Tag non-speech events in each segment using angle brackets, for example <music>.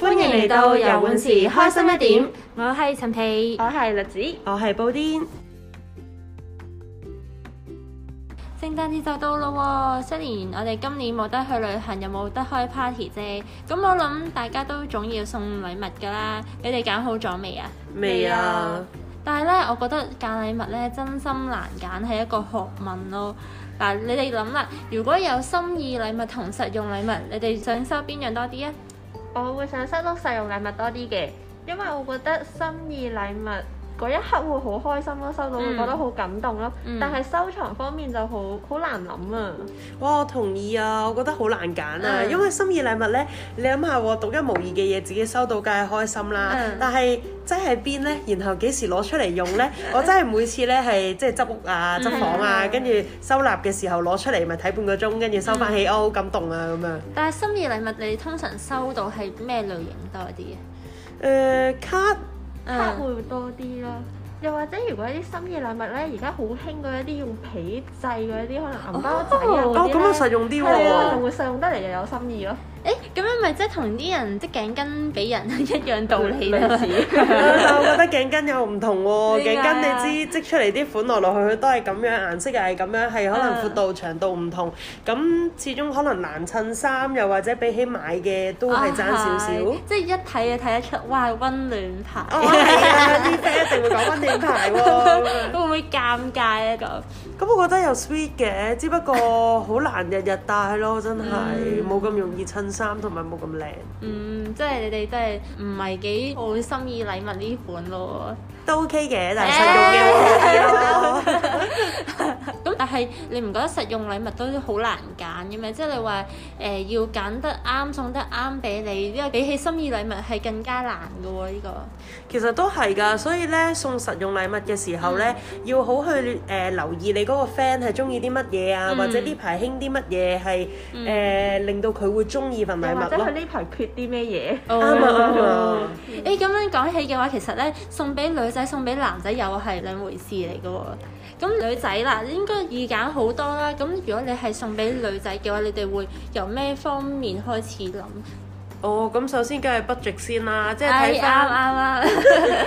嚟到游玩時開心一點，我係陳皮，我係栗子，我係布丁。聖誕節就到咯喎，雖然我哋今年冇得去旅行，又冇得開 party 啫，咁我諗大家都總要送禮物㗎啦。你哋揀好咗未啊？未啊？但係咧，我覺得揀禮物咧，真心難揀係一個學問咯。嗱，你哋諗啦，如果有心意禮物同實用禮物，你哋想收邊樣多啲啊？我會想收到實用禮物多啲嘅，因為我覺得心意禮物嗰一刻會好開心咯，收到會嗯覺得好感動咯。嗯但係收藏方面就好好難諗啊。哇，我同意啊！我覺得好難揀啊，嗯因為心意禮物呢，你諗下喎，獨一無二嘅嘢自己收到梗係開心啦，嗯但係真係邊呢？然後幾時攞出嚟用 <laughs> 呢？我真係每次呢，係即係執屋啊、執房啊，嗯跟住收納嘅時候攞出嚟咪睇半個鐘，跟住收翻起，哦，好感動啊咁樣。但係心意禮物你通常收到係咩類型多啲啊？誒、卡卡嗯，會多啲啦。又或者如果啲心意禮物咧，而家好興嗰一啲用皮製嗰一啲，可能銀包仔啊哦嗰哦咁啲啊咧實用啲係啊，喎仲。會實用得嚟又有心意咯。誒咁樣咪即係同啲人即頸巾俾人一樣道理啊啦。 <laughs> 但啊我覺得頸巾又唔同喎，頸點解巾啊你知織出嚟啲款落落去去都係咁樣，顏色又係咁樣，係可能嗯闊度長度唔同，咁始終可能難襯衫，又或者比起買嘅都係爭少少。啊係即係一睇就睇得出，哇！温暖牌，哦，係啊，啲 friend 一定會講温暖牌喎。咁樣 <laughs> 會唔會尷尬咧？咁咁我覺得又 sweet 嘅，只不過好難日日戴咯，真係冇咁容易襯衫，同埋冇咁靚。嗯，即係你哋真係唔係幾好心意禮物呢款咯。都 OK 嘅，但係實用嘅會好啲咯。咁 <laughs> 但係你唔覺得實用禮物都好難揀嘅咩？即係你話誒、要揀得啱送得啱俾你，因為比起心意禮物係更加難嘅喎呢個。其實都係㗎，所以咧送實用禮物嘅時候咧，要好去誒、呃留意你嗰個 friend 係中意啲乜嘢啊，嗯或者呢排興啲乜嘢係誒令到佢會中意份禮又啊或物者咯佢。呢排缺啲咩嘢？啱啊啱啊！誒咁樣講起嘅話，其實咧送俾女仔送俾男仔又係兩回事嚟嘅喎。咁女仔啦，應該易揀好多啦。咁如果你係送俾女仔嘅話，你哋會由咩方面開始諗？哦，咁首先梗係 budget 先啦，即係哎睇啱翻啱 <laughs> 啱。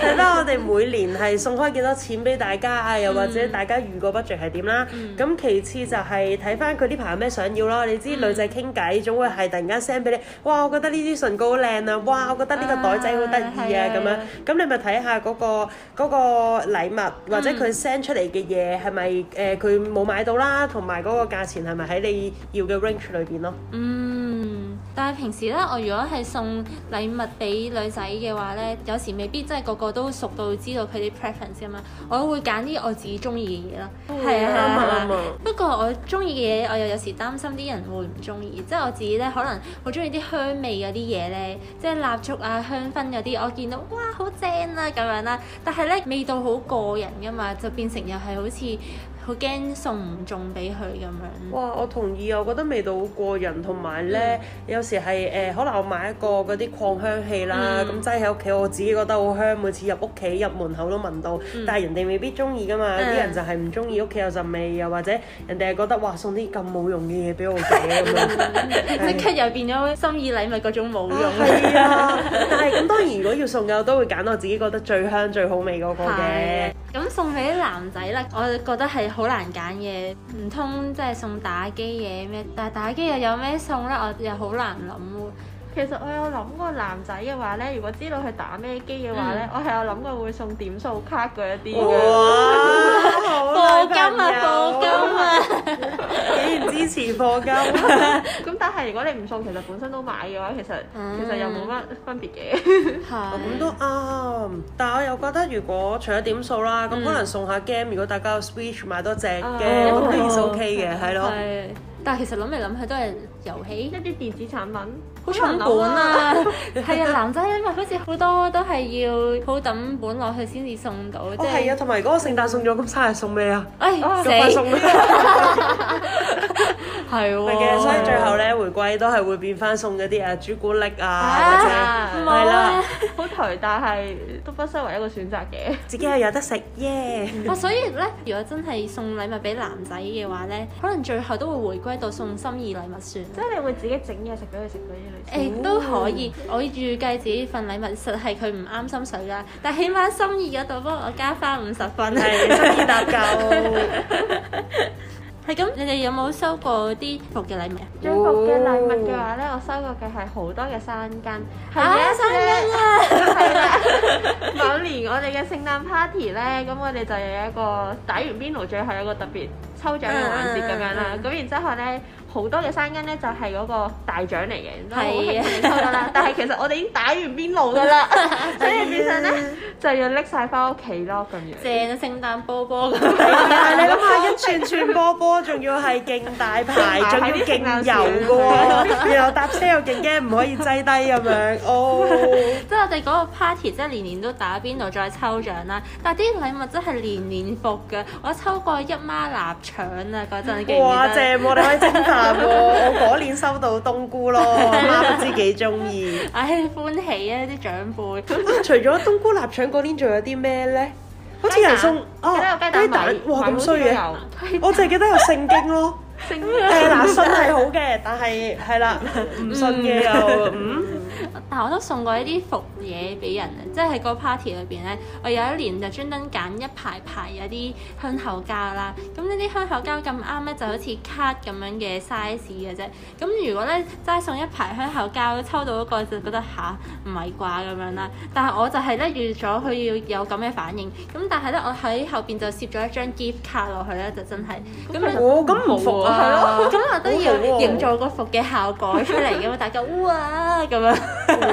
<laughs> 睇翻我哋每年係送開幾多錢俾大家啊，又或嗯者大家預個 budget 係點啦。咁、其次就係睇翻佢呢排有咩想要咯。你嗯知女仔傾偈總會係突然間 send 俾你，哇！我覺得呢支唇膏好靚啊，哇！我覺得呢個袋仔好得意啊啊咁嗯係樣啊。咁你咪睇下嗰個嗰個禮物或者佢 send 出嚟嘅嘢係咪誒佢冇買到啦，同埋嗰個價錢係咪喺你要嘅 range 裏邊咯？嗯，但係平時咧，我如果係送禮物俾女仔嘅話咧，有時未必真係個個都熟到知道佢啲 preference 噶嘛。我會揀啲我自己中意嘅嘢啦，係啊啱係啊啊啱係啊啊。不過我中意嘅嘢，我又有時擔心啲人會唔中意，即係我自己咧可能好中意啲香味嗰啲嘢咧，即係蠟燭啊、香薰嗰啲，我見到哇好正啊咁樣啦，但係咧味道好個人噶嘛，就變成又係好似好驚送唔中俾佢咁樣。哇！我同意啊，我覺得味道好過人，同埋嗯咧有時係誒、呃可能我買一個嗰啲擴香器啦，咁嗯擠喺屋企，我自己覺得好香，每次入屋企入門口都聞到，但係人哋未必中意噶嘛，啲、嗯人就係唔中意屋企有陣味，又或者人哋係覺得哇送啲咁冇用嘅嘢俾我嘅咁樣。 <laughs> 即刻又變咗心意禮物嗰種冇用。係啊，但係咁當然如果要送嘅，我都會揀我自己覺得最香最好味嗰個嘅係。咁送俾男仔啦，我覺得係好難揀嘅，唔通即係送打機嘢咩？但係打機又有咩送呢？我又好難諗喎。其實我有諗過男仔嘅話咧，如果知道佢打咩機嘅話嗯咧，我係有諗過會送點數卡嗰一啲哦嘅。哇！好啦課金啊，課金！啊！竟然支持課金，咁但係如果你唔送，其實本身都買嘅話，其實嗯其實又冇乜分別 <laughs> 嘅。咁係。都啱。但係我又覺得，如果除咗點數啦，咁嗯可能送下 game，如果大家有 Switch 買多隻啊嘅，咁都 is OK 嘅，係咯。係。但係其實諗嚟諗去都係遊一戲，啲電子產品好重本！啊！係啊，男仔因為好似好多都係要好抌本落去先至送到，即哦，係啊，係。同 <laughs> 埋嗰個聖誕送咗，咁生日送咩啊？哎咁快死！送啦！ <laughs> 係喎。咪嘅，所以最後咧回歸都係會變翻送嗰啲啊朱古力啊，或者啊，係啦啦。好頹，但係都不失為一個選擇嘅。自己又有得食耶。啊，所以咧，如果真係送禮物俾男仔嘅話咧，可能最後都會回歸到送心意禮物算啦。即係你會自己整嘢食俾佢食嗰啲類似。誒都可以，哦我預計自己份禮物實係佢唔啱心水啦，但起碼心意嗰度幫我加翻五十分。係心意搭 <laughs> 救， <laughs> 係咁，你哋有冇收過啲服嘅禮物啊？最服嘅禮物嘅話咧，我收過嘅係好多嘅生根，係啊嘅生根啊！係啦，某年我哋嘅聖誕 party 咧，咁我哋就有一個打完邊爐，最後有一個特別抽獎嘅環節咁樣啦嗯嗯嗯。咁然之後咧，好多嘅生根咧就係嗰個大獎嚟嘅， <laughs> 然之後好係興啊奮地抽咗啦。但係其實我哋已經打完邊爐 <laughs> 㗎啦，所以變相咧就要拎晒翻屋企咯咁樣。正啊聖誕波波咁。 <laughs> 但係你諗下一串串波波，仲要係勁大牌，仲要勁油嘅 <laughs> 喎，然後搭車又勁驚唔可以擠低咁樣，哦。即係我哋嗰個 party，即係年年都打邊爐再抽獎啦。但係啲禮物真係年年服嘅，我抽過一孖臘腸啊嗰陣，記唔哇！記正得？喎，我哋可以蒸飯 <laughs> 喎。我嗰年收到冬菇咯，媽不知幾中意。唉，歡喜啊啲長輩。除咗冬菇臘腸嗰年，仲有啲咩咧？好似有人送哦記得有雞蛋米哇咁衰米好嘅，我淨係記得有聖經 <laughs> 咯。 <laughs> 似都有誒聖嗱，信係好嘅，但係係啦，唔信嘅又 <laughs> 嗯但我都送過一啲服嘢俾人啊，即係喺個 party 裏邊咧，我有一年就專登揀一排排有啲香口膠啦。咁呢啲香口膠咁啱咧，就好似卡咁樣嘅 size 嘅啫。咁如果咧齋送一排香口膠，抽到嗰個就覺得吓唔係啩咁樣啦。但係我就係咧預咗佢要有咁嘅反應，咁但係咧我喺後邊就攝咗一張 gift 卡落去咧，就真係咁嗯樣。我哦咁唔服啊，咁我都要好好喎營造個服嘅效果出嚟咁嘛，大家哇 <laughs> 咁樣。好好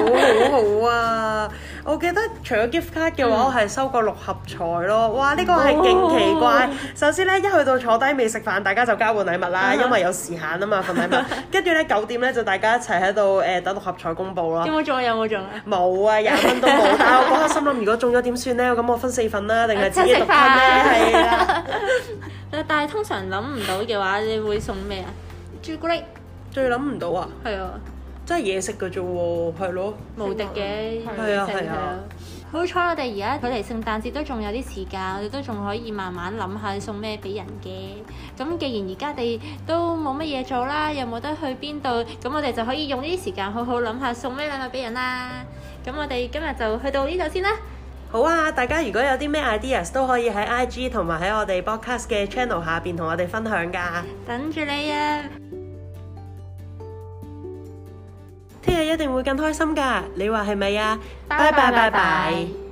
好啊！我記得除咗 gift card 嘅話，我係收過六合彩咯。哇！呢個係勁奇怪。首先咧，一去到坐低未食飯，大家就交換禮物啦，因為有時限啊嘛份禮 <laughs> 物。跟住咧九點咧就大家一齊喺度誒等六合彩公佈啦有。冇中啊？有冇中啊？冇啊，廿蚊都冇。但係我嗰刻心諗，如果中咗點算咧？咁我分四份 <laughs> 啦，定係自己獨吞咧？係啊 <laughs> 啦，但但係通常諗唔到嘅話，你會送咩啊？朱古力最諗唔到啊，係啊，真係嘢食嘅啫喎，係咯。無敵嘅係啊女性係啊。好彩我哋而家距離聖誕節都仲有啲時間，我哋都仲可以慢慢諗下送咩俾人嘅。咁既然而家哋都冇乜嘢做啦，又冇得去邊度，咁我哋就可以用呢啲時間好好諗下送咩禮物俾人啦。咁我哋今日就去到呢度先啦。好啊！大家如果有啲咩 ideas 都可以喺 IG 同埋喺我哋 podcast 嘅 channel 下邊同我哋分享㗎。等住你啊！聽日一定會更開心㗎，你話係咪啊？拜拜拜拜